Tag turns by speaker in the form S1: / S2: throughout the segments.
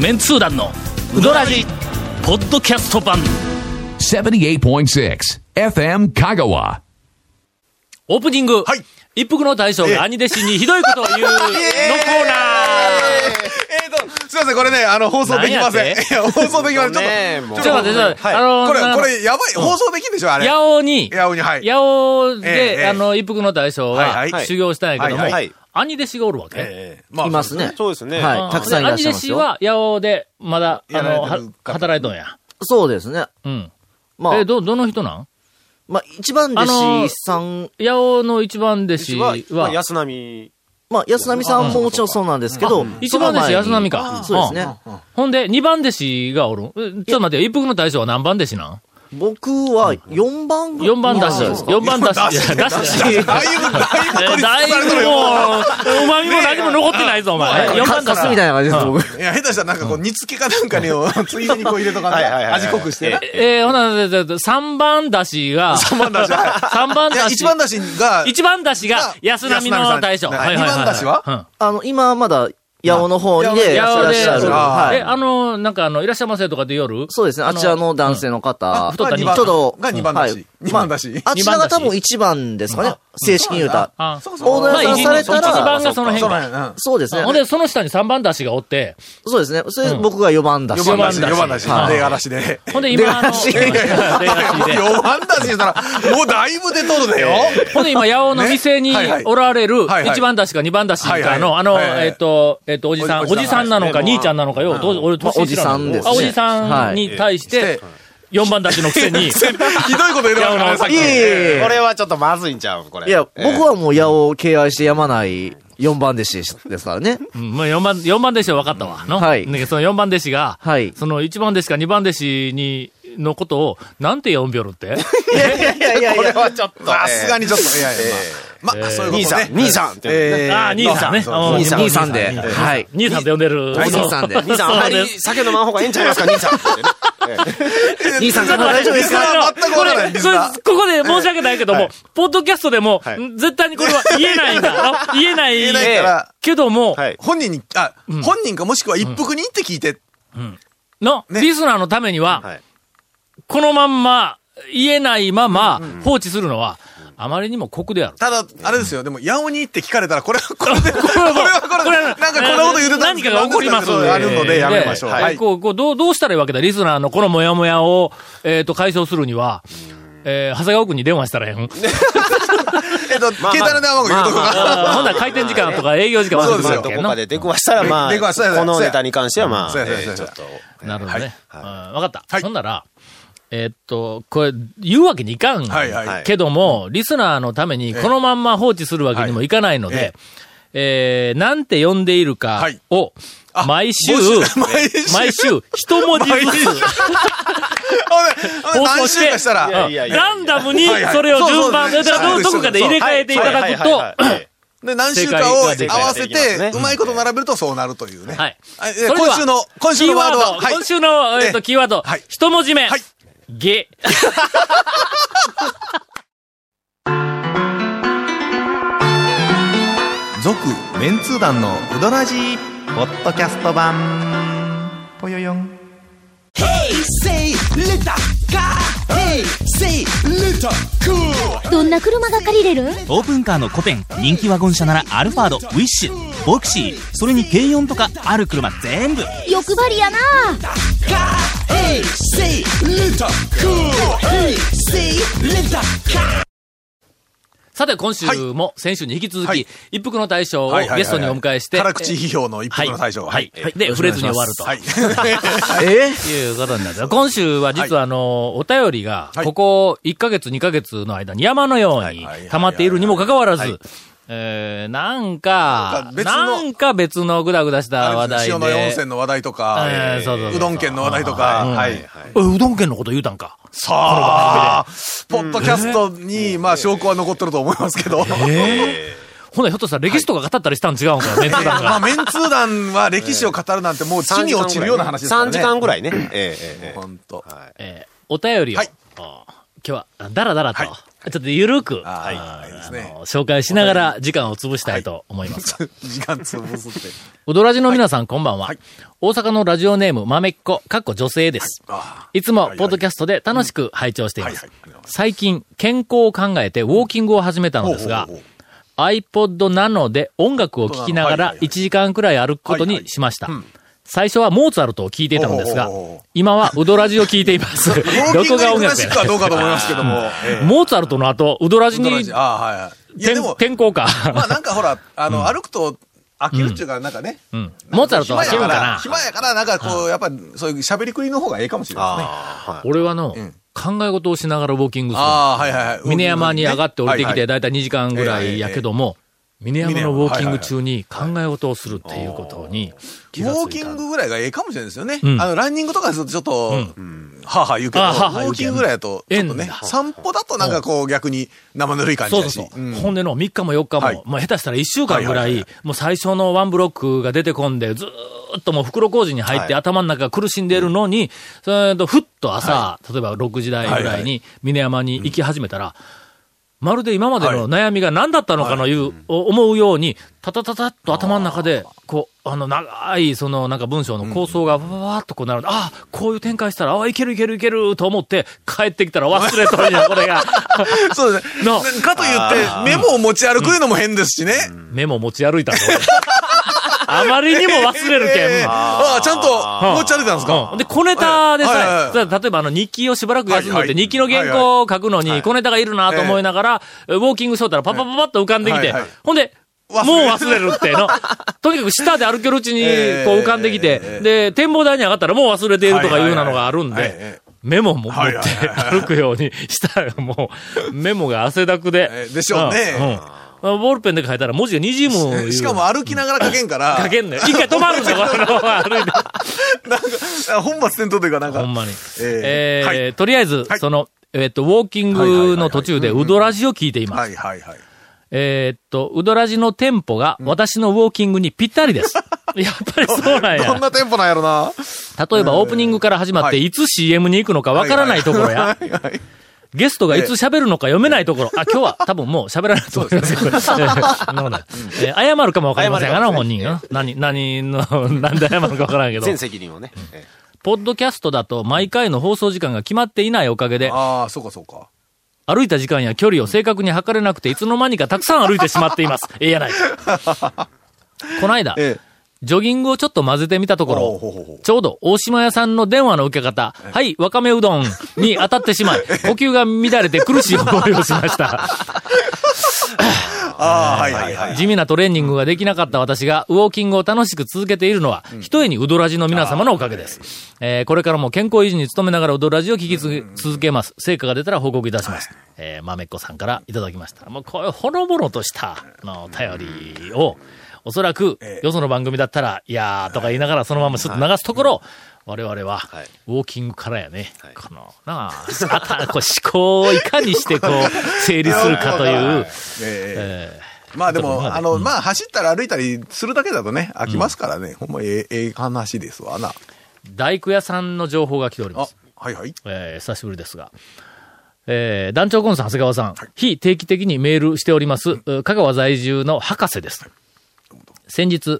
S1: メンツー団のウドラジポッドキャスト版
S2: 78.6 FM Kagawa.
S1: オープニング、
S3: はい
S1: 一服の大将が兄弟子にひどいことを言うの コーナ
S3: えーと、すいません、これね、あの、放送できません。
S4: な
S3: い
S4: んやって
S3: や放送できません。ちょっ
S4: ねえも
S3: と
S4: う、
S1: ー。ちょっと待って、ちょっと待って
S4: はい
S1: あの
S3: これ、
S1: な
S3: これ、やばい。放送できんでしょ、あれ。
S1: 八尾に、
S3: 八尾にはい
S1: 八尾で、
S3: ええ
S1: あの、一服の大将
S3: は
S1: が
S3: いはい
S1: 修行したんやけども、
S3: はいはい
S1: 兄弟子がおるわけ。
S3: ええま
S5: いますね。
S4: そうですね。
S5: は
S1: あー
S5: い。たくさんいらっしゃいます
S1: で
S5: よ。
S1: 兄弟子は八尾で、まだ、あ
S3: やられ
S1: の、
S3: て
S1: は
S3: る方
S1: 働いとんや。
S5: そうですね。
S1: うん。
S5: まあ
S1: え、、ど、どの人なん
S5: まあ、一番弟子さん、
S1: 八尾の一番弟
S4: 私
S1: 子
S4: は、まあ
S1: は、
S4: 安波。
S5: まあ、安波さんももちろんそうなんですけど、
S1: 一番弟子安波
S5: 波
S1: か。
S5: そうですね。
S1: ほんで、二番弟子がおる。えちょっと待ってよ、一服の大将は何番弟子なん
S5: 僕は4番ぐらい。
S1: 四番だし
S5: そうです、か
S1: 四番だし、だし、だいぶ、
S3: あ、だいぶ、だいぶ取りつ
S1: だ
S3: か
S1: い
S3: されてる
S1: ぶ
S3: よ。
S1: もう、うまみも何も残ってないぞ、お前。
S5: 四
S1: 四番
S5: 番出
S1: だ
S5: すみたいな感じです、僕。
S3: いや、下手したらなんかこう、煮付けかなんかに、ついでにこう入れとかんと
S4: はいはいはいはい
S3: 味濃くしてな。
S1: えー、ほな、三番だしが、
S3: 3番だし。は
S1: 三番
S3: いいや、
S1: だし
S3: 1、番だしが、
S1: 一番だしが
S3: が、
S1: 安波の大将。
S3: 安波さん二番だしは
S1: うん
S5: あの、今はまだ、八尾の方にで、い
S1: 八
S5: ら
S1: 尾
S5: っ
S1: で
S5: しゃる。
S3: そうか
S5: は
S1: え、
S5: い。
S1: あの、なんかあの、いらっしゃいませとかで夜
S5: そうですね。あちらの男性の方。
S1: 太った
S3: 二
S1: 人
S3: 番
S5: ちょっと
S3: が2番だ
S5: は
S3: し
S5: い。
S3: 2番だし。
S5: あちらが多分1番ですかね。正式に言うた。
S1: あ、
S3: そうそう
S5: 大野屋
S1: ま
S5: さ
S1: あ
S5: んされた
S1: 一
S5: ら、
S1: 番がその辺
S3: そう
S1: か。
S3: なんや
S5: そうですね
S1: ほん。で、その下に三番だしがおって、
S5: そうですね。それ僕が4番だ
S3: うん。
S5: し。
S3: 4番だし、
S1: 四番だし
S3: 4番だし。
S5: はい
S3: 出がらしで。
S1: ほんで今、あの、
S5: 出
S1: 出がしで
S3: 4番だししたら、もうだいぶ出とるでよ。
S1: ほんで今、八尾の店に
S3: ねはいはい
S1: おられる、
S3: はいはい
S1: 一番だしか二番だしかの、
S3: は
S1: あ
S3: いはい
S1: の、
S3: はいはい
S1: えっと、えっと、おじさん、
S3: お
S1: お
S3: じ
S1: じさんなのか、兄ちゃんなのかよ、どう俺、
S5: まあ
S1: 年知ら
S5: おじさんです
S1: あ、
S5: ね
S1: おじさ
S5: は
S1: ん
S5: い
S1: に対し
S3: え
S1: て
S3: え、
S1: 四番だしのくせ に、
S3: ひどいこと言うてましたね、さっき。
S5: いえいえい
S4: こ
S5: え
S4: れはちょっとまずいんちゃうこれ。
S5: いや、僕はもう八尾を敬愛してやまない4番弟子ですからね。
S1: うんまあ四番、四番弟子は分かったわ。の
S5: はい
S1: ねその四番弟子が、
S5: はい
S1: その一番弟子か二番弟子に、のことを、なんて呼んびょるって
S5: いやいやいやいやい
S4: これ
S5: や。
S4: はちょっと。
S3: さすが
S4: に。
S3: にちょっと、いやいや、まあ、まあ、そういうことね。
S4: 兄さん、兄さんって。
S3: えー
S1: あー兄さんね
S3: そうそう
S1: うん
S5: 兄さん、兄さんで。
S1: 兄さん
S5: はい。
S1: 兄さんって呼んでる。
S5: はい兄さんで。
S4: 兄さん、あんまり酒飲まん方がええんちゃいますか、兄 さんってね。
S5: 兄さんから大丈夫ですか
S1: あの
S3: 全くわからない
S1: これ、これここで申し訳ないけども、ポッドキャストでも、
S4: はい
S1: ん絶対にこれは言えないんだ。 あ言えない。
S3: 言えないから、
S1: けども、
S4: はい。
S3: 本人に、あ、本人かもしくは一服にって聞いて、
S1: の、
S3: ね
S1: リスナーのためには、
S4: はい。
S1: このまんま、言えないまま、放置するのは、あまりにも酷である。
S3: ただ、あれですよ、でも、八尾にって聞かれたら、こ れはこれで、これ
S1: は
S3: はこれで、なんかこんなこと言うてたん
S1: 何
S3: ですけ
S1: か
S3: ど
S1: が起こります
S3: なんかそういうのがあるので、やめましょう。
S1: で
S3: はい。
S1: こう、こう、どう、どうしたらいいわけだリスナーのこのモヤモヤを、えっ、と、解消するには、えー、長谷川君に電話したらえ えん。
S3: えっと、携帯の電話番号言うとこ
S4: まあ
S3: が。
S1: あーほんなら開店時間とか営業時間忘れて
S3: そう
S1: る
S3: です
S4: まあどこ
S1: わけや
S3: よ
S1: な
S4: か。で出くわしたら、まあ、
S3: 出くわしたら
S4: このネタに関しては、まあ、
S3: そうやそうや
S4: えーち
S3: そ
S4: ょ
S3: うや
S4: っと。
S1: なるほどね。うん
S4: はい
S1: わかった。
S3: はい
S1: そんなら、えーっと、これ、言うわけにいかん。
S3: はいはい
S1: けども、リスナーのために、このまんま放置するわけにもいかないの
S3: はい
S1: で、えー、なんて呼んでいるか
S3: はい
S1: を、
S3: あ
S1: 毎週
S3: 募集、 毎週
S1: 毎週、一文字ずつ
S3: ほんで、ほんで
S1: 放送
S3: 何
S1: し
S3: 週かしたら、
S1: て、
S4: や
S1: うん
S4: いやいやいや
S1: ランダムに
S3: はいはい
S1: それを順番、だ
S3: そうそうそう
S1: からど
S3: そう
S1: どこかで入れ替えていただく
S4: は
S1: と、
S4: いはいはいはい
S3: で、何週かを合わせて、うまいこと並べるとそうなるというね。
S1: はい。
S3: あえ
S1: それでは
S3: 今週の、今週のワードは、
S1: キ
S3: はい。
S1: 今週の、えっと、
S3: え
S1: キーワード
S3: はい、
S1: 一文字目
S3: はい、
S1: ゲ。
S3: 続、メンツー団のうどらじ
S4: ポッドキャスト版、ぽよよん。
S6: どんな車が借りれる
S7: オープンカーの古典人気ワゴン車ならアルファードウィッシュボクシーそれに軽4とかある車全部
S6: 欲張りやな
S1: さて、今週も先週に引き続
S3: はい
S1: き、一服の大将を
S3: はいはいはいはい
S1: ゲストにお迎えして、
S3: 辛口批評の一
S1: はい
S3: 服の対象。
S1: はい。で、触れずに終わると。
S3: はい。
S5: え
S1: い。うことになって、今週は実はあの、お便りが、
S3: はい
S1: ここ1ヶ月2ヶ月の間に山のように
S3: はい
S1: 溜まっているにもかかわら
S3: はいは
S1: ず
S3: い、
S1: えー、なんか
S3: な、んか別の
S1: なんか別のぐだぐだした話題で。
S3: 塩の温泉の話題とか、
S1: えーそうそうそう
S3: うどん県の話題とか、
S1: うん
S3: はい。
S1: えうどん県のこと言うたんか。
S3: さあ、ポッドキャストに、まあ、証拠は残ってると思いますけど。
S1: ほな、ひょっとしたら歴史とか語ったりしたん違うんか、メンツ団
S3: ま
S1: が。
S3: あ、メンツー団は歴史を語るなんて、もう地に落ちるような話ですからね。
S4: 3時間ぐらいね。ええええええ
S3: ほんと。
S1: えー、お便りを、
S3: はい
S1: あー今日は、だらだらと、
S3: はい
S1: ちょっとゆるく、
S3: あー
S1: あ
S3: いい
S1: の
S3: ですね
S1: 紹介しながら時間を潰したいと思います。
S3: 時間潰すって。
S1: うどらじの皆さん、こんばんは。大阪のラジオネーム、まめっこ、かっこ女性です。
S3: あ
S1: いつも
S3: い、
S1: ポッドキャストで楽しく拝聴していま
S3: はい
S1: す
S3: はいありがとうございま。
S1: 最近、健康を考えてウォーキングを始めたのですが
S3: ほうほう、
S1: iPod なので音楽を聴きなが
S3: はい
S1: ら
S3: はいはい
S1: 1時間くらい歩くことにしました。最初はモーツァルトを聴いていたのですが
S3: ほうほうほうほう、
S1: 今はウドラジを聴いています。ど
S3: ウォーキン
S1: こ
S3: グ
S1: が音
S3: に
S1: 楽
S3: 詳し
S1: や
S3: くはどうかと思いますけども。ええ
S1: モーツァルトの後、ウドラジに
S3: ドラジああ、はいはい。いや、
S1: 転
S3: でも、
S1: 転校か。
S3: まあなんかほら、あの、歩くと飽きるっていうか、なんかね。
S1: うんモーツァルトは
S3: 暇
S1: 聴ける
S3: やか、
S1: からな。
S3: 暇やから、なんかこう、やっぱ、そういう喋りくりの方がええかもしれないですね。
S1: 俺はの
S3: ん、
S1: 考え事をしながらウォーキングする。
S3: ああ、はいはいはい。
S1: 峰山に上がって降りてきて、
S3: はいは
S1: だいたい2時間ぐらいやけども、峰山のウォーキング中に考え事をするっていうことに
S3: い
S1: 気
S3: ウ
S1: がついた。
S3: ォーキングぐらいがええかもしれないですよね。
S1: うん
S3: あの、ランニングとかするとちょっと、うんはあはあ言うけど、ウ
S1: ああはあはあ
S3: ォ
S1: 言
S3: ー
S1: うけ
S3: キン
S1: ど
S3: グぐらいだと、ちょっと
S1: ええん
S3: ね
S1: だ、
S3: 散歩だとなんかこう逆に生ぬるい感じ
S1: そうそ
S3: だ
S1: う
S3: し。
S1: そう。
S3: うん
S1: ほんでの、3日も4日も、
S3: はい
S1: まあ下手したら1週間ぐ
S3: は
S1: ら
S3: いはいはいい、
S1: もう最初のワンブロックが出てこんで、ずーっともう袋小路に入って、
S3: はい
S1: 頭の中が苦しんでいるのに、それとふっと朝、例えば6時台ぐ
S3: は
S1: ら
S3: い
S1: い
S3: は
S1: に、峰山に行き始めたら、まるで今までの悩みが何だったのかのいう、お思うように、たたたたっと頭の中で、こう、あの、長い、その、なんか文章の構想が、わわーっとこうなる。ああ、こういう展開したら、ああ、いけるいけるいけると思って、帰ってきたら忘れとるじゃん、これが。
S3: そうですね
S1: なあ。
S3: かといって、メモを持ち歩くいうのも変ですしね。
S1: メモ持ち歩いたぞ。 あまりにも忘れる
S3: ええ
S1: けん。
S3: ああ、ちゃんと持ち歩いたんです
S1: う
S3: か
S1: んで、小ネタで
S3: はいはい
S1: さ
S3: は、
S1: た
S3: い
S1: だ例えばあの日記をしばらく休ん
S3: は
S1: でて、
S3: いはい
S1: 日記の原稿を書くの
S3: は
S1: に
S3: い
S1: 小ネタがいるなと思いながら、ウォーキングしとったらパパパパッと浮かんでき
S3: は
S1: て
S3: いはい、
S1: ほんで、もう
S3: 忘れ
S1: 忘れ
S3: る
S1: るって の。とにかく下で歩けるうちに
S3: ええ
S1: こう浮かんできて
S3: ええ、
S1: で、展望台に上がったらもう忘れているとかいうようなのがあるん
S3: はいはいはいはい
S1: で
S3: え、
S1: メモも持
S3: は
S1: っ
S3: い
S1: て
S3: はいは
S1: 歩くようにしたらもう、メモが汗だくで
S3: え。えでしょうね
S1: うん。うんボールペンで書いたら文字が滲むいう。
S3: しかも歩きながら書けんから。
S1: かけんね一回止まるんだよ、この歩いて。
S3: なんか、本末転倒というか、なんか。
S1: ほんまに。
S3: え
S1: え
S3: え
S1: ーとりあえず、
S3: はい
S1: その、えっ、と、ウォーキングの途中で、ウドラジを聞いています。
S3: はいはいはい。
S1: えっと、ウドラジのテンポが、私のウォーキングにぴったり です。やっぱりそうなんや。
S3: どんなテンポなんやろな。
S1: 例えば、オープニングから始まって、
S3: はい
S1: いつ CM に行くのかわからないところや、
S3: はいはい。
S1: ゲストがいつ喋るのか読めないところ。あ、今 日は多分もう喋らないと思いますけど。 そんなことないえー謝るかもわかりませんがな、本人が。何、何の、なんで謝るかわからんけど。
S8: 全責任をね。え
S1: ポッドキャストだと毎回の放送時間が決まっていないおかげで、
S3: ああ、そうかそうか。
S1: 歩いた時間や距離を正確に測れなくて、いつの間にかたくさん歩いてしまってい ます。ええやないか。この間、
S3: ええ。
S1: ジョギングをちょっと混ぜてみたとこ
S3: ほうほうほうほ
S1: ろ
S3: う、
S1: ちょうど大島屋さんの電話の受け方、はい、わかめうどんに当たってしまい、呼吸が乱れて苦しい思いをしました。
S3: ああ、はいはいはい。
S1: 地味なトレーニングができなかった私が、ウォーキングを楽しく続けているのは、ひとえにウドラジの皆様のおかげです。えーこれからも健康維持に努めながらウドラジを聞きつ続けます。成果が出たら報告いたします。えー、まめっこさんからいただきました。もうこういうほのぼのとした、の、お便りを、おそらく
S3: え、え
S1: よその番組だったら、いやーとか言いながらそのままスッと流すところ、我々は、ウォーキングからやね、この、なあ、あた、こう思考をいかにしてこう、整理するかという、
S3: ええ
S1: えー
S3: まあで
S1: ちょっとま
S3: も、
S1: だ
S3: あの、まあ走ったら歩いたりするだけだとね、飽きますからね。ほんまええ、ええ話ですわな。
S1: 大工屋さんの情報が来ておりま
S3: あ
S1: す。、
S3: はいはい。
S1: えー久しぶりですが。えー団長コンさん、長谷川さん、非定期的にメールしております、う香川在住の博士です。先日、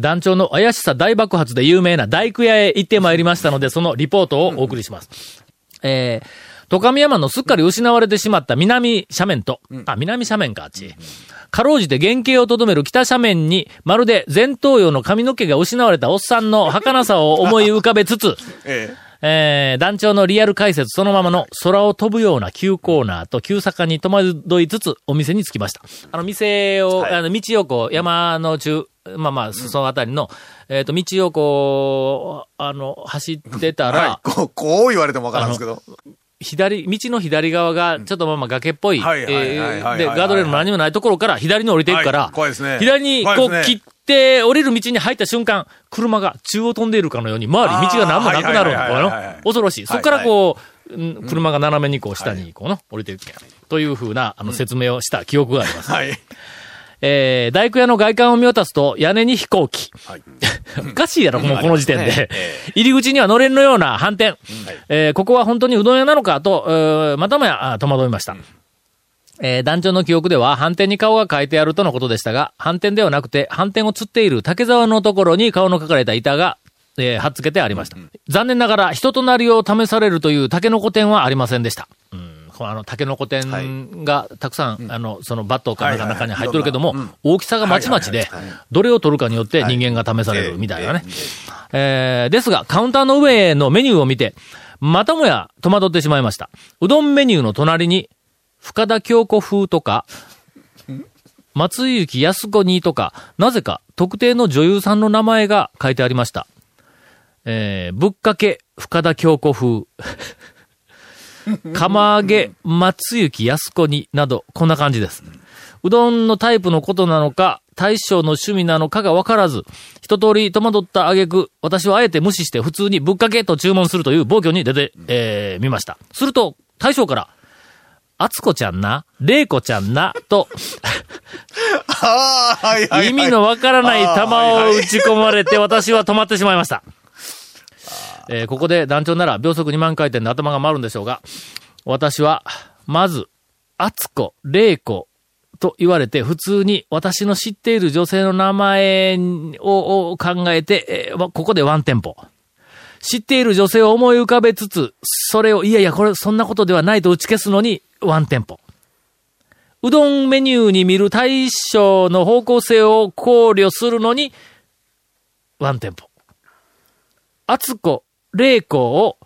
S1: 団長の怪しさ大爆発で有名な大工屋へ行ってまいりましたので、そのリポートをお送りします。えー、トカミ山のすっかり失われてしまった南斜面と、あ、南斜面か、あっち。かろうじて原型をとどめる北斜面に、まるで前頭葉の髪の毛が失われたおっさんの儚さを思い浮かべつつ、
S3: ええ。
S1: えー、団長のリアル解説そのままの空を飛ぶような急コーナーと急坂に戸惑いつつお店に着きました。あの店を、あの道をこう山の中、まあまあ、そのあたりの、えっ、と、道をこう、あの、走ってたら、
S3: はい。こう、こう言われてもわからんですけど。
S1: 左、道の左側が、ちょっとまあまあ崖っぽい、え
S3: はいはいはいはいはい
S1: ー
S3: はい
S1: で、ガードレールも何もないところから左に降りていくから、
S3: はい怖いですね
S1: 左にこう
S3: 怖いです
S1: 切
S3: ね
S1: って降りる道に入った瞬間、車が中央飛んでいるかのように、周り道が何もなくなるんだ、
S3: あー
S1: これ
S3: はいはいはいはいは
S1: の
S3: い。
S1: 恐ろしい。そこからこう、うん車が斜めにこう下にこうの、降りていくやんというふうな、あの、説明をした記憶があります。
S3: はい。
S1: えー、大工屋の外観を見渡すと、屋根に飛行機。 おかしいやろ、もうこの時点で。入り口にはのれんのような反転。えーここは本当にうどん屋なのかと、えーまたもやあ戸惑いました。えー団長の記憶では、反転に顔が書いてあるとのことでしたが、反転ではなくて、反転を釣っている竹沢のところに顔の書かれた板が、えー貼っつけてありました。残念ながら、人となりを試されるという竹の子店はありませんでした。うん、このあの、竹の子店がたくさん、あの、そのバットかなんかの中に入ってるけども、大きさがまちまちで、どれを取るかによって人間が試されるみたいなね。えーですが、カウンターの上のメニューを見て、またもや戸惑ってしまいました。うどんメニューの隣に、深田京子風とか、松井幸康子にとか、なぜか特定の女優さんの名前が書いてありました。えーぶっかけ深田京子風。釜揚げ松雪康子になど、こんな感じです。うどんのタイプのことなのか、大将の趣味なのかがわからず、一通り戸惑った挙句、私はあえて無視して普通にぶっかけと注文するという暴挙に出て、えーみました。すると、大将から、あつこちゃんな、れいこちゃんな、と、
S3: ああ、はいはい、はい。
S1: 意味のわからない球を打ち込まれて、私は止まってしまいました。えーここで団長なら秒速2万回転で頭が回るんでしょうが、私は、まず、厚子、玲子と言われて、普通に私の知っている女性の名前をを考えて、えーわここでワンテンポ。知っている女性を思い浮かべつつ、それを、いやいや、これ、そんなことではないと打ち消すのに、ワンテンポ。うどんメニューに見る対象の方向性を考慮するのに、ワンテンポ。熱子、冷子を、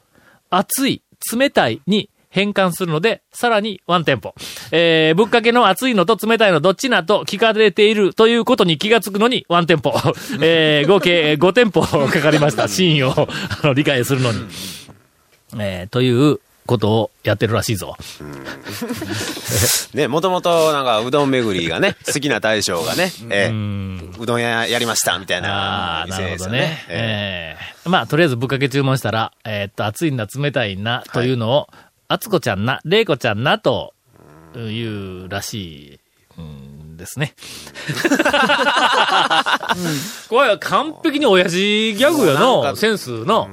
S1: 熱い、冷たいに変換するので、さらにワンテンポ。えー、ぶっかけの熱いのと冷たいのどっちなと聞かれているということに気がつくのにワンテンポ。 えー、合計5テンポ かかりました。シーンを、あの、理解するのに。えー、ということをやってるらしいぞ。
S8: ね、もともと、なんか、うどん巡りがね、好きな大将がね、ええ、うどん屋やりました、みたい
S1: あ
S8: な
S1: あ、な
S8: 店
S1: る
S8: で
S1: ほ
S8: す
S1: ど
S8: よ
S1: ね。
S8: え
S1: ええまあ、とりあえずぶっかけ注文したら、えーっと、熱いんだ、冷たいな、というのを、あつこちゃんな、れいこちゃんな、というらしい、うんですね。これは完璧に親父ギャグやの、センスの。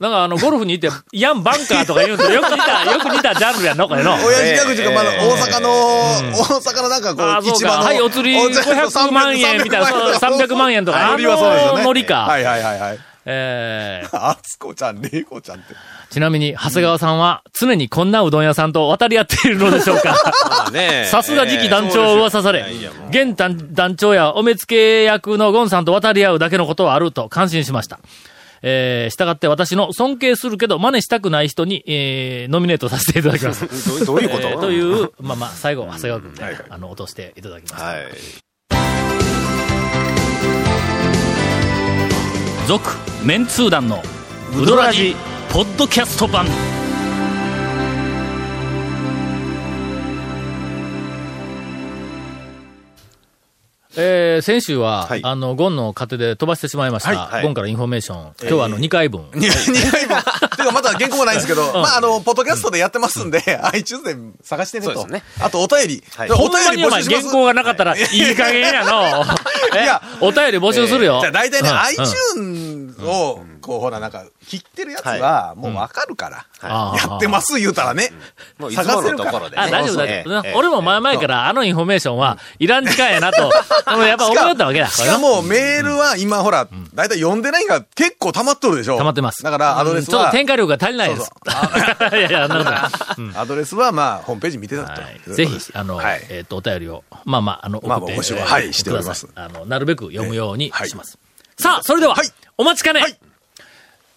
S1: なんかあの、ゴルフにいて、ヤンバンカーとか言うと、よく似た、よく似たジャンルやんの、これの。
S3: 親父ギャグというか、まだ大阪の、大阪のなんかこ
S1: ああ、
S3: う、
S1: そう
S3: 市場
S1: か。
S3: の。
S1: はい、お釣り500万円みたいな、そう300万円とか、あ
S3: よりはそうですよ
S1: の
S3: ね。
S1: ノリか。
S3: はいはいはいはい。
S1: えー
S3: あつこちゃん、れいこちゃんって。
S1: ちなみに、長谷川さんは、常にこんなうどん屋さんと渡り合っているのでしょうか
S8: まあ ね
S1: さすが次期団長を噂され
S8: そうですよいやいやも、う
S1: 現団団長やお目付け役のゴンさんと渡り合うだけのことはあると感心しました。えー、従って私の尊敬するけど真似したくない人に、えー、ノミネートさせていただきます。
S8: どどういうこと
S1: えーという、まあまあ、最後、長谷川君で、あの、落としていただきます。
S8: はい。
S1: 続、メンツー団の、ウドラジ、ポッドキャスト版。えー、先週は、
S8: はい
S1: あの、ゴンの糧で飛ばしてしまいました。
S8: はいはい
S1: ゴンからインフォメーション。今日はあの、2回分。
S3: いや、苦いもん。ていうか、まだ原稿もないんですけど、まあ、あの、ポッドキャストでやってますんで、iTunes で探してね
S8: そう
S3: と
S8: ですね。
S3: あと、お便り。
S8: はい
S3: お
S1: ほんま
S3: 便り
S1: にお
S3: 募
S1: 前
S3: 集しま
S1: 原
S3: す。
S1: 稿がなかったら、いい加減やの。え
S3: いや
S1: お便り募集するよ。
S3: じゃあ大体ね、
S1: うんうん
S3: iTunes を、こう、ほら、なんか、切ってるやつは、もうわかるから、
S1: あー
S3: やってます、言うたらね。
S8: もういつ
S3: 探
S8: も
S3: せ
S8: の
S3: る
S8: と
S3: から
S8: ころでね。
S1: あ、大丈夫、大丈
S8: ええええ
S1: 夫。俺も前々からあのインフォメーションは、いらん時間やなと、でもやっぱ思ったわけだ。
S3: しかも、メールは今、ほら、大体読んでないが結構溜まっとるでしょ。
S1: 溜まってます。
S3: だから、アドレ
S1: う
S3: ス
S1: んちょっ
S3: は
S1: と、展開力が足りないです。 いやいや、なる ほど。
S3: アドレスは、まあ、ホームページ見てたと
S1: はい
S3: ということ
S1: ぜ
S3: です。
S1: ひ、あの、
S3: はい
S1: えっ、と、お便りを、まあまあ、あの、送
S3: まあ
S1: って、
S3: 募集は
S1: えー
S3: はいしております
S1: くださいあの、なるべく読むように
S3: はい
S1: します。さあ、それでは、
S3: はい
S1: お待ちかね、
S3: はい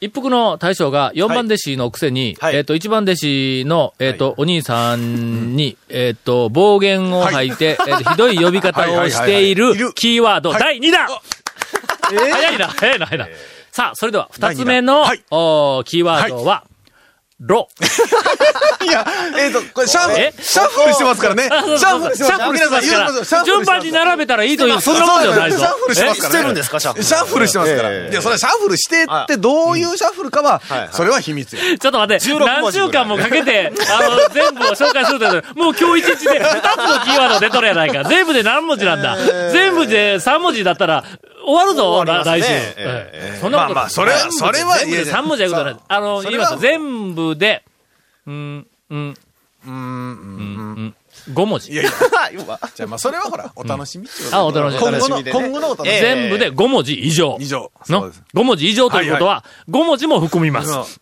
S1: 一服の大将が4番弟子のくせに、
S8: はい
S1: えっ、と、1番弟子の、えっ、と、お兄さんに、えっ、と、暴言を吐いて、えーひどい呼び方をしてい
S3: はいはいはいはいい
S1: る
S3: る
S1: キーワード、
S3: はい
S1: 第2弾、早いな、早いな、早いな。さあ、それでは、2つ目の、
S3: 第二弾はい
S1: おーキーワードは、ロ。
S3: いや、えっと、これ、シャン
S1: え、
S3: シャッフルしてますからね。シャッフル、シャッフルしてますから。皆さん
S1: 順番に並べたらいいという、そんなもんじゃないぞ。
S3: シャッフルしてます
S8: し
S3: から、
S8: てるんですか、シャッフル。
S3: シャッフルしてますから。
S8: ええ
S3: いや、それはシャッフルしてってどういうシャッフルかは、
S8: はい
S3: それは秘密よ。
S1: ちょっと待って、
S8: 16
S1: 何週間もかけて、あの、全部を紹介するということでもう今日一日で2つのキーワード出とるやないか。全部で何文字なんだ。全部で3文字だったら、終わるぞ、
S8: 終わります
S1: 来
S8: ね
S1: 週。
S8: ええ
S1: ええそんなこと
S3: まあまあそれは
S1: 全部で
S3: それは
S1: 全部で3文字やることない。あの、
S3: そ
S1: 言い
S3: れ
S1: ま
S3: は
S1: す。全部で、うん、うん、
S3: うーん、うん
S1: 5文字
S3: い。やいや。
S8: 要は
S3: じゃあまあそれはほら、お楽しみっていう
S1: あお楽しみ
S3: 今後
S8: お楽し
S3: の、
S8: みでね
S3: 今後のお楽しみ。
S8: ええ
S1: 全部で5文字以上。
S3: 以上そう
S1: の
S3: です。
S1: 5文字以上ということは、5文字も含みます。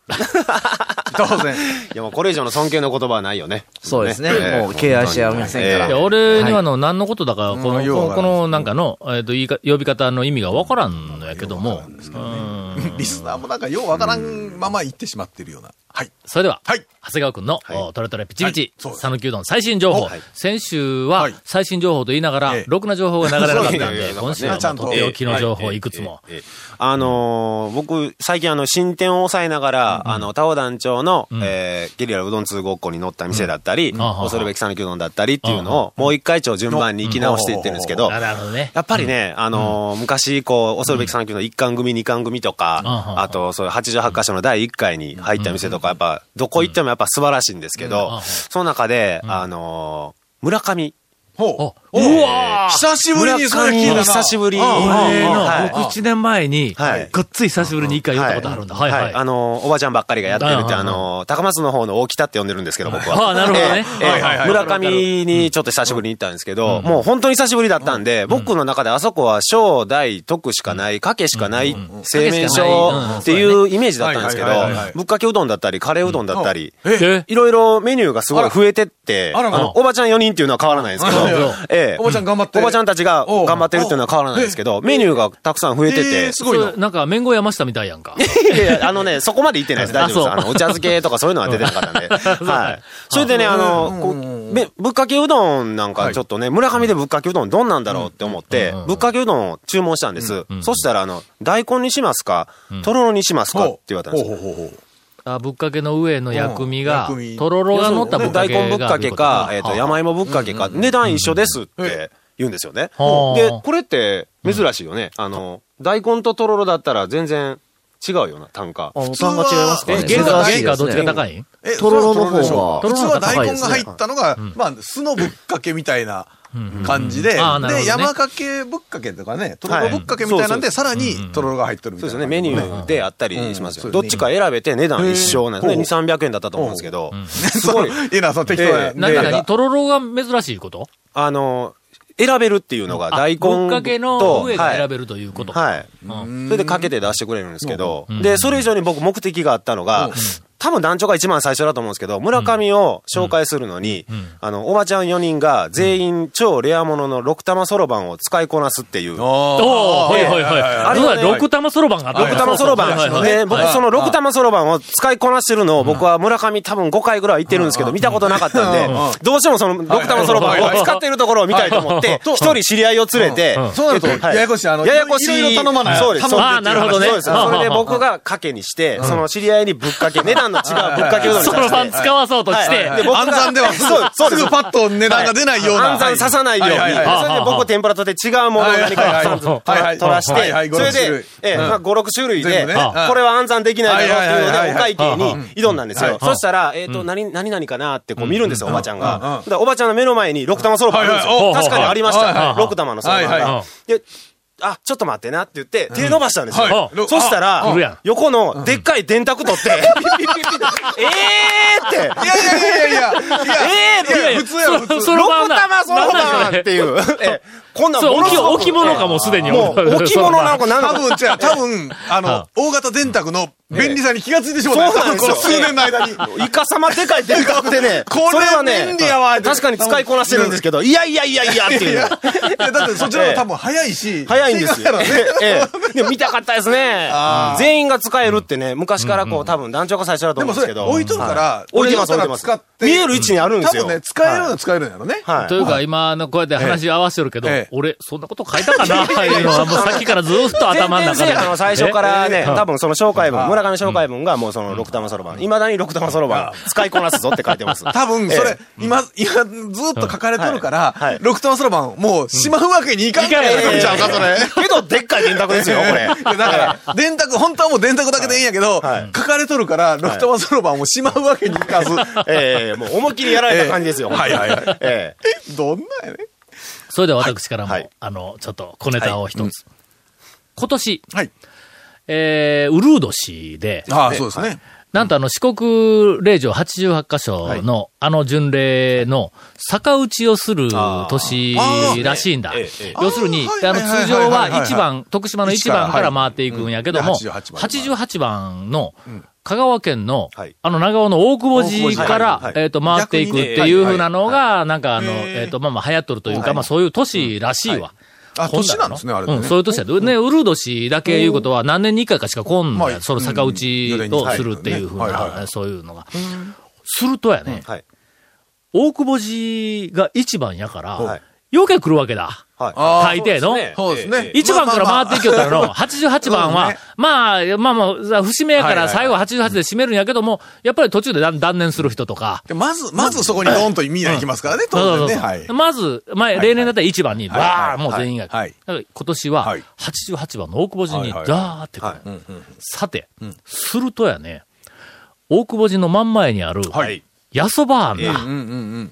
S3: 当然。
S8: いやもうこれ以上の尊敬の言葉はないよね。
S5: そうですね
S8: ええ
S5: もう敬愛してやめませんから
S1: いや、
S8: ええ
S1: 俺にはあの、何のことだか、この、
S3: うんようわ
S1: こ
S3: か
S1: のこの
S3: らん
S1: なんかの、えっと、言いか呼び方の意味がわからんのやけども、うん
S3: リスナーもなんかようわからんまま言ってしまってるような。はい。
S1: それでは、
S3: はい
S1: 長谷川くんの、おトレトレピチピ
S3: はい
S1: チ、
S3: そうです
S1: 讃岐うどん最新情報。
S8: はい
S1: 先週は
S3: はい、
S1: 最新情報と言いながら、
S3: ええ
S1: ろくな情報が流れなかったん
S8: そう
S1: で
S8: で、すね
S1: 今週は
S3: ち
S1: も
S3: ゃ
S1: うん
S3: と
S1: とっておきの情報いくつも。
S8: ええええあのー僕、最近あの、新店を抑えながら、あの、タオ団長の、えーゲリラうどん通ごっこに乗った店だったり、
S1: んあはは
S8: 恐るべき讃岐うどんだったりっていうのを、もう一回ちょ順番に行き直していってるんですけど、
S1: あなるほどね。
S8: やっぱりね、あのー昔、こう、恐るべき讃岐の一巻組、二巻組とか、
S1: うんうん
S8: あと、そういう88箇所の第一回に入った店とか、やっぱ、どこ行ってもやっぱ素晴らしいんですけ
S1: うんうん
S8: ど、その中で、あのー村上。
S3: ほう。
S1: おうわー
S3: 久しぶりにそれ聞いたな
S8: 村上久しぶりに。
S1: 俺の、
S8: はい
S1: 僕1年前に、
S8: はい
S1: ごっつい久しぶりに一回言ったことあるんだ。はいはい。
S8: あの、おばちゃんばっかりがやってるって、
S1: ああ
S8: あの、高松の方の大北って呼んでるんですけど、僕は。
S1: ああなるほどね
S8: ええ
S1: はいはい
S3: はい
S8: 村上にちょっと久しぶりに行ったんですけど、もう本当に久しぶりだったんで、僕の中であそこは小、大、徳しかない、かけしかない、製麺所っていうイメージだったんですけど
S3: はいはいはいはい、
S8: ぶっかけうどんだったり、カレーうどんだったり、
S1: ええ
S8: いろいろメニューがすごい増えてって、
S3: あ
S8: あ
S3: らま
S8: の、おばちゃん4人っていうのは変わらないんですけど
S3: あらま、
S8: ええ
S3: おばちゃん頑張って
S8: おばちゃんたちが頑張ってるっていうのは変わらないんですけど、メニューがたくさん増えて
S3: え
S8: て
S3: ー、すごいな
S1: それ。なんか、面後山下みたいやんか。
S8: いやいや、あのね、そこまで行ってないです。大丈夫です。
S1: あ
S8: あ
S1: そう
S8: の、お茶漬けとかそういうのは出てなかった んで。はい。それでね、あの、こう、めぶっかけうどんなんかちょっとね、村上でぶっかけうどんどんなんだろうって思って、ぶっかけうどんを注文したんです。そしたら、あの、大根にしますか、とろろにしますかって言われたんです
S3: ほう
S8: よ。
S3: ほうほうほう
S1: あぶっかけの上の薬味が
S3: うん薬、味
S1: とろろが乗ったぶっか
S8: 大
S1: けがある
S8: 根
S1: こ
S8: ぶ
S1: と。
S8: っかけか、えっと、山芋ぶっかけか、値段一緒ですって言うんですよね。で、これって珍しいよね。あの、大根ととろろだったら全然違うような単価。
S5: あ、単が違いますかね。
S1: 原価、
S5: 珍しい
S1: 原価
S5: です
S1: どっ
S5: ね
S1: ちが高いん
S3: え
S5: とろろの方が
S3: それはとろろでしょ
S5: とろろの方が
S3: 普通は
S5: 高い
S3: 大
S5: で
S3: 根
S5: す
S3: が
S5: ね
S3: 入ったのが、まあ、酢のぶっかけみたいな感じで、
S1: あーなるほどね
S3: で、山かけぶっかけとかね、とろろぶっかけみたいなんで、さらにとろろが入ってるみ
S8: そ
S3: たい
S8: う
S3: な。
S8: ですね、メニューであったりしますよ。
S3: うん
S8: どっちか選べて値段一緒なんで
S3: へ
S8: す
S3: ー
S8: ね。2、300円だったと思うんですけど、す
S3: そ
S8: ご
S3: う
S8: い、
S3: いいな、その適当な
S1: な
S8: で
S1: んか
S8: で
S1: 何とろろが珍しいこと
S8: あの、選べるっていうのが
S1: あ
S8: 大根と、
S1: ぶっかけの上が選べ
S8: る
S1: るということ。
S8: はい。はいそれでかけて出してくれるんですけど、で、それ以上に僕目的があったのが、多分団長が一番最初だと思うんですけど、村上を紹介するのに、あの、おばちゃん4人が全員超レアものの6玉そろばんを使いこなすっていう。
S1: お
S3: おー
S1: おはいはいはい。あ
S8: あれはね
S1: 六玉そろばんがあった。
S8: 六玉そろば
S1: はいはい
S8: ん。
S1: はい
S8: で、僕、その六玉そろばんを使いこなしてるのを、僕は村上多分5回ぐらい行ってるんですけど、見たことなかったんで、どうしてもその六玉そろばんを使ってるところを見たいと思って、一人知り合いを連れて、
S3: そうなると、
S8: はい
S3: ややこしい、あの、
S8: ややこしい。
S3: いろいろ頼まない。
S8: そうです。
S1: ああなるほどね
S8: そうです。それで僕が賭けにして、その知り合いにぶっかけ、値段の違うぶっかけうどんに
S1: そ
S8: 出して
S1: ろばん使わそうとして。
S8: はいで僕が
S3: 暗算ではすぐ
S8: そうそうです
S3: すぐパッと値段が出ないような。
S8: 暗算刺さないように。そ
S3: はい
S8: れ
S3: はいはい
S8: で僕天ぷらとって違うものを何かを取
S3: はいはい
S8: らし
S3: はいはい
S8: て、それで、ええ、まあ5、6種類
S3: 全部
S8: で、
S3: ね
S8: あこれは暗算できないだろうっていうので、お会計に挑んだんですよ。そしたら、えっと、何、何々かなってこう見るんですよ、おばちゃんが。だからおばちゃんの目の前に6玉そろばんあるんです
S1: はいは
S8: よ。
S1: い
S8: 確かにありまし
S1: はいはい
S8: た。6玉のそろばん
S3: はい
S1: は
S8: が。であ、ちょっと待ってなって言って、手伸ばしたんですよ。
S1: はい
S8: そした
S1: あ来るやん
S8: ら、横のでっかい電卓取って、えーって、
S3: いやいやいやいやいや。いや
S8: えーって
S1: いやいや
S3: 普通や
S1: そ
S3: ろ普通
S1: そろばん
S8: 六玉そろばんっていう。え、こんなん
S1: そう、
S8: ものすごく
S1: 置き物かもうすでに。
S8: もう、置物なんかなん
S3: 多
S8: か。
S3: 分、じゃあ、多分、あの、大型電卓の便利さに気がついてしまった。
S8: そうなんです
S3: 多分この
S8: よ
S3: 数年の間に。
S8: イカ様でかい電卓ってね、
S3: これ
S8: そはね
S3: 便利やわ
S8: 確かに使いこなしてるんですけど、いやいやいやいやって
S3: い
S8: いう
S3: や、。いやだってそっちの方が多分早いし。
S8: 早いんです
S3: 正
S8: よ
S3: 解やろね。。
S8: ええ。でも見たかったですね。全員が使えるってね、昔からこう、多分団長が最初だと
S3: でも
S8: 思うん
S3: そ
S8: です
S3: れ
S8: けど。
S3: 置いとるか
S8: は
S3: ら、
S8: い置いてます、
S3: 俺
S8: 置
S3: だった
S8: いて
S3: ら
S8: ます
S3: 使っ。て。
S8: 見える位置にあるんですよ。
S3: 多分ね、使えるのは使えるんやろね。
S8: はい。
S1: というか、今、あの、こうやって話合わせてるけど
S3: ええ、
S1: 俺、そんなこと書いたかな っていうのは、もうさっきからずっと頭の中で
S8: 全然。あの最初からね、多分その紹介文、村上紹介文がもうその六玉そろばん。いまだに六玉そろばん使いこなすぞって書い てます。
S3: 多分、それ、今、今、ずっと書かれとるから
S8: はいはい、
S3: 六玉そろばん、もう、しまうわけにいかんって
S1: いかん
S3: ことちゃうか、それ。
S8: けど、でっかい電卓ですよ、こ れ。
S3: いやだから、電卓、本当はもう電卓だけでいいんやけど、
S8: はい
S3: 書かれとるから、六玉そろばんをしまうわけにいかず。
S8: ええもう思いっきりやられた感じですよ。
S3: ええはいはいはい
S8: ええ
S3: どんなんやね。
S1: それでは私からも
S8: はいはい、
S1: あの、ちょっと小ネタを一つ。今年、
S3: はい。
S1: えーウルード市で、
S3: ああ、そうですね。
S1: なんとあの、四国霊場88カ所の、あの巡礼の、逆打ちをする年らしいんだ
S8: ええええ。
S1: 要するに、
S3: あー
S1: あの、
S3: はいはい
S1: 通常
S3: はいはい
S1: は
S3: はい
S1: 一番、徳島の一番から
S3: はい
S1: 回っていくんやけども、
S3: うんで88
S1: 88番の、香川県の
S8: はい、
S1: あの、長尾の大久保寺か
S8: 大久保
S1: ら、
S8: 寺
S1: えっと、回っていくっていうふうなのが、なんかあの、えっと、まあまあ、流行っとるというか、まあ、そういう都市らしいわ。
S3: あ、
S1: ほだ
S3: 年
S1: らの
S3: なんですね、あれって
S1: うん、
S3: ね。
S1: そういう年やで。ね、ウルード氏だけいうことは何年に一回かしか来んの
S3: ま
S1: や。
S3: あ
S1: その逆打ちをするっていうふう
S3: うんはいはいは
S1: な、
S3: い
S1: そういうのが。するとやね、
S8: はい。
S1: 大久保寺が一番やから、
S8: はい
S1: 余計来るわけだ。
S8: はい。
S3: あー
S1: 大抵の。
S3: そうですね。
S1: 一番から回っていきよったら の、88番
S3: そう
S1: は
S3: ね、
S1: まあ、まあまあ、節目やか
S8: はい
S1: ら
S8: はいはい
S1: 最後は88で締めるんやけども、やっぱり途中で断断念する人とか、
S3: でまず、まずそこにドーンとみんな行きますからね、当然ね。はい。
S1: まず、前、例年だったら1番に、
S3: はいはい
S1: ばー、もう全員が。だ
S3: は
S1: か
S3: い
S1: ら今年は
S3: はい、
S1: 88番の大久保寺に、
S3: はい
S1: だ
S3: はい
S1: ーって来
S8: は
S1: る
S8: い。
S1: さて、するとやね、大久保寺の真ん前にある、
S3: はい。
S1: やそばあんだ。
S3: うんうんうん。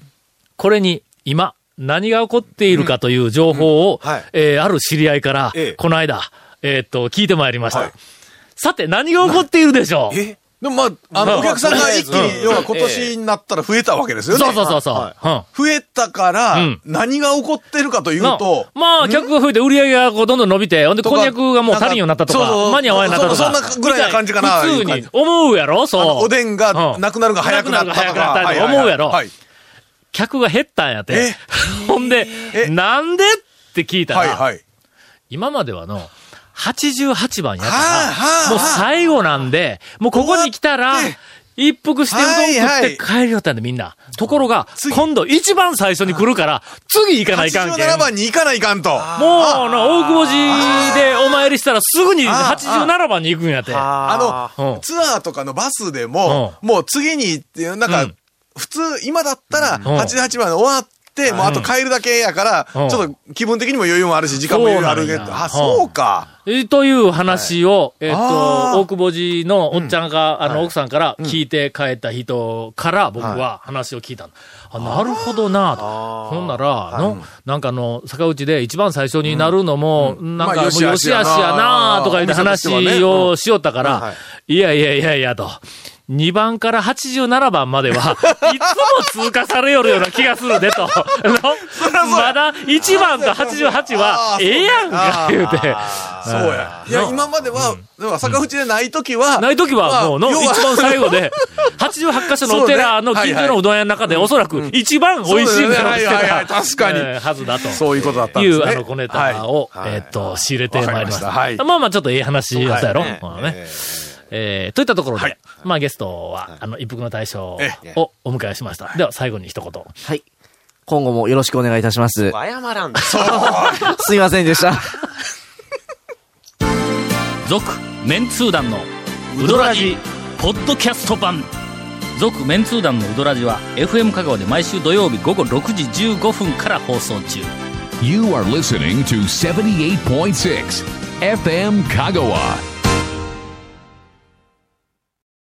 S1: これに、今、何が起こっているかという情報を
S8: うんはい、
S1: えーある知り合いから
S8: ええ、
S1: この間、えーっと、聞いてまいりまし
S8: は
S1: た
S8: い。
S1: さて、何が起こっているでしょう
S8: え
S3: でもまあ、あ
S1: まあ
S3: の、お客さんが一気
S8: う
S3: に、
S8: ん
S3: 要は今年になったら増えたわけですよね。
S1: そうそうそうそう。
S8: は
S1: うん
S3: 増えたか
S1: う
S3: ら
S1: ん、
S3: 何が起こってるかという
S1: な
S3: と、
S1: まあ、客が増えて売り上げがこうどんどん伸びて、ほんで、
S3: と
S1: こ
S3: か
S1: んにゃくがもう足りんようになったと
S3: なんかそう
S1: か、
S3: そう
S1: 間に合わんようになったとか。
S3: そそんなぐらいな感じか
S1: 普
S3: な
S1: 通
S3: いう感
S1: に
S3: じ
S1: 思うやろ
S3: あの
S1: そう。
S3: おでんが
S1: う
S3: なくなるが早くなったと
S1: なくなるが早くな
S3: か
S1: った、とか
S3: はいはいはい
S1: 思うやろ
S3: はい。
S1: 客が減ったんやて。 ほんで、
S3: え
S1: なんでって聞いたら、
S3: はいはい。
S1: 今まではの、88番やから、
S3: はあはあ
S1: もう最後なんで、もうここに来たら
S3: 終わって、
S1: 一服してうどん食って帰りよったんで、みんな。ところが、今度一番最初に来るから、次行かないかんけん。
S3: 87番に行かないかんと。あ
S1: もう、あの、大久保寺でお参りしたらすぐに87番に行くんやて。あ
S8: あ
S1: ーう
S3: の
S1: ん、
S3: ツアーとかのバスでも、もう次にっていう、なん
S1: う
S3: か
S1: ん、
S3: 普通、今だったら、
S1: ん
S3: 88番で終わって、もうあと帰るだけやから、ち
S1: う
S3: ょ
S1: ん
S3: っと気分的にも余裕もあるし、時間も余裕ある
S1: そ
S3: け
S1: うなん
S3: ど。
S1: や
S3: あ、そうか。
S1: という話を、えっと、
S3: あー
S1: 大久保寺のおっちゃんが、あの、奥さんから聞いて帰った人から僕は話を聞いたの。あ、なるほどなと。ほんなら、の、なんかあの、坂内で一番最初になるのも、なんかも
S3: まあ
S1: う、よ
S3: よ
S1: し
S3: し
S1: あ
S3: あ
S1: し
S3: し
S1: や
S3: やな
S1: なとか言って
S3: お店としてはね
S1: 話をしよったから
S8: は、
S1: いやいやいやいやと。2番から87番までは、いつも通過されよるような気がするでと。のまだ1番と88は
S3: あ、ー
S1: ええやんか、言うて。
S3: そうや。いや、今までは、でも坂口でないときは、
S1: ない時はもうの、
S3: まあ
S1: 一
S3: 要は
S1: 番最後 で、88箇所のお寺の
S3: そうね
S1: 近所のうどん屋の中で、おそらく一番美味しいんだろう
S3: そうだよねはいはいはい確かに
S1: はずだと。
S3: そういうことだったん
S1: い
S3: です
S1: う、
S3: ね。
S1: あの、小ネタ
S3: はい
S1: を、えーっと、仕入れてまいりまし
S3: わ
S1: た。
S3: かりました
S1: まあまあ、ちょっとええ話やったやろ。
S3: はい
S1: まあねえーといったところで、まあゲストは、あの、一服の大将
S3: え
S1: をお迎えしました。では、最後に一言。
S5: はい。今後もよろしくお願いいたします。
S8: あ。謝らんで。
S5: すいませんでした。
S1: 続メンツー団のウドラジポッドキャスト版続メンツー団のウドラジは FM 香川で毎週土曜日午後6時15分から放送中
S2: You are listening to 78.6 FM Kagawa.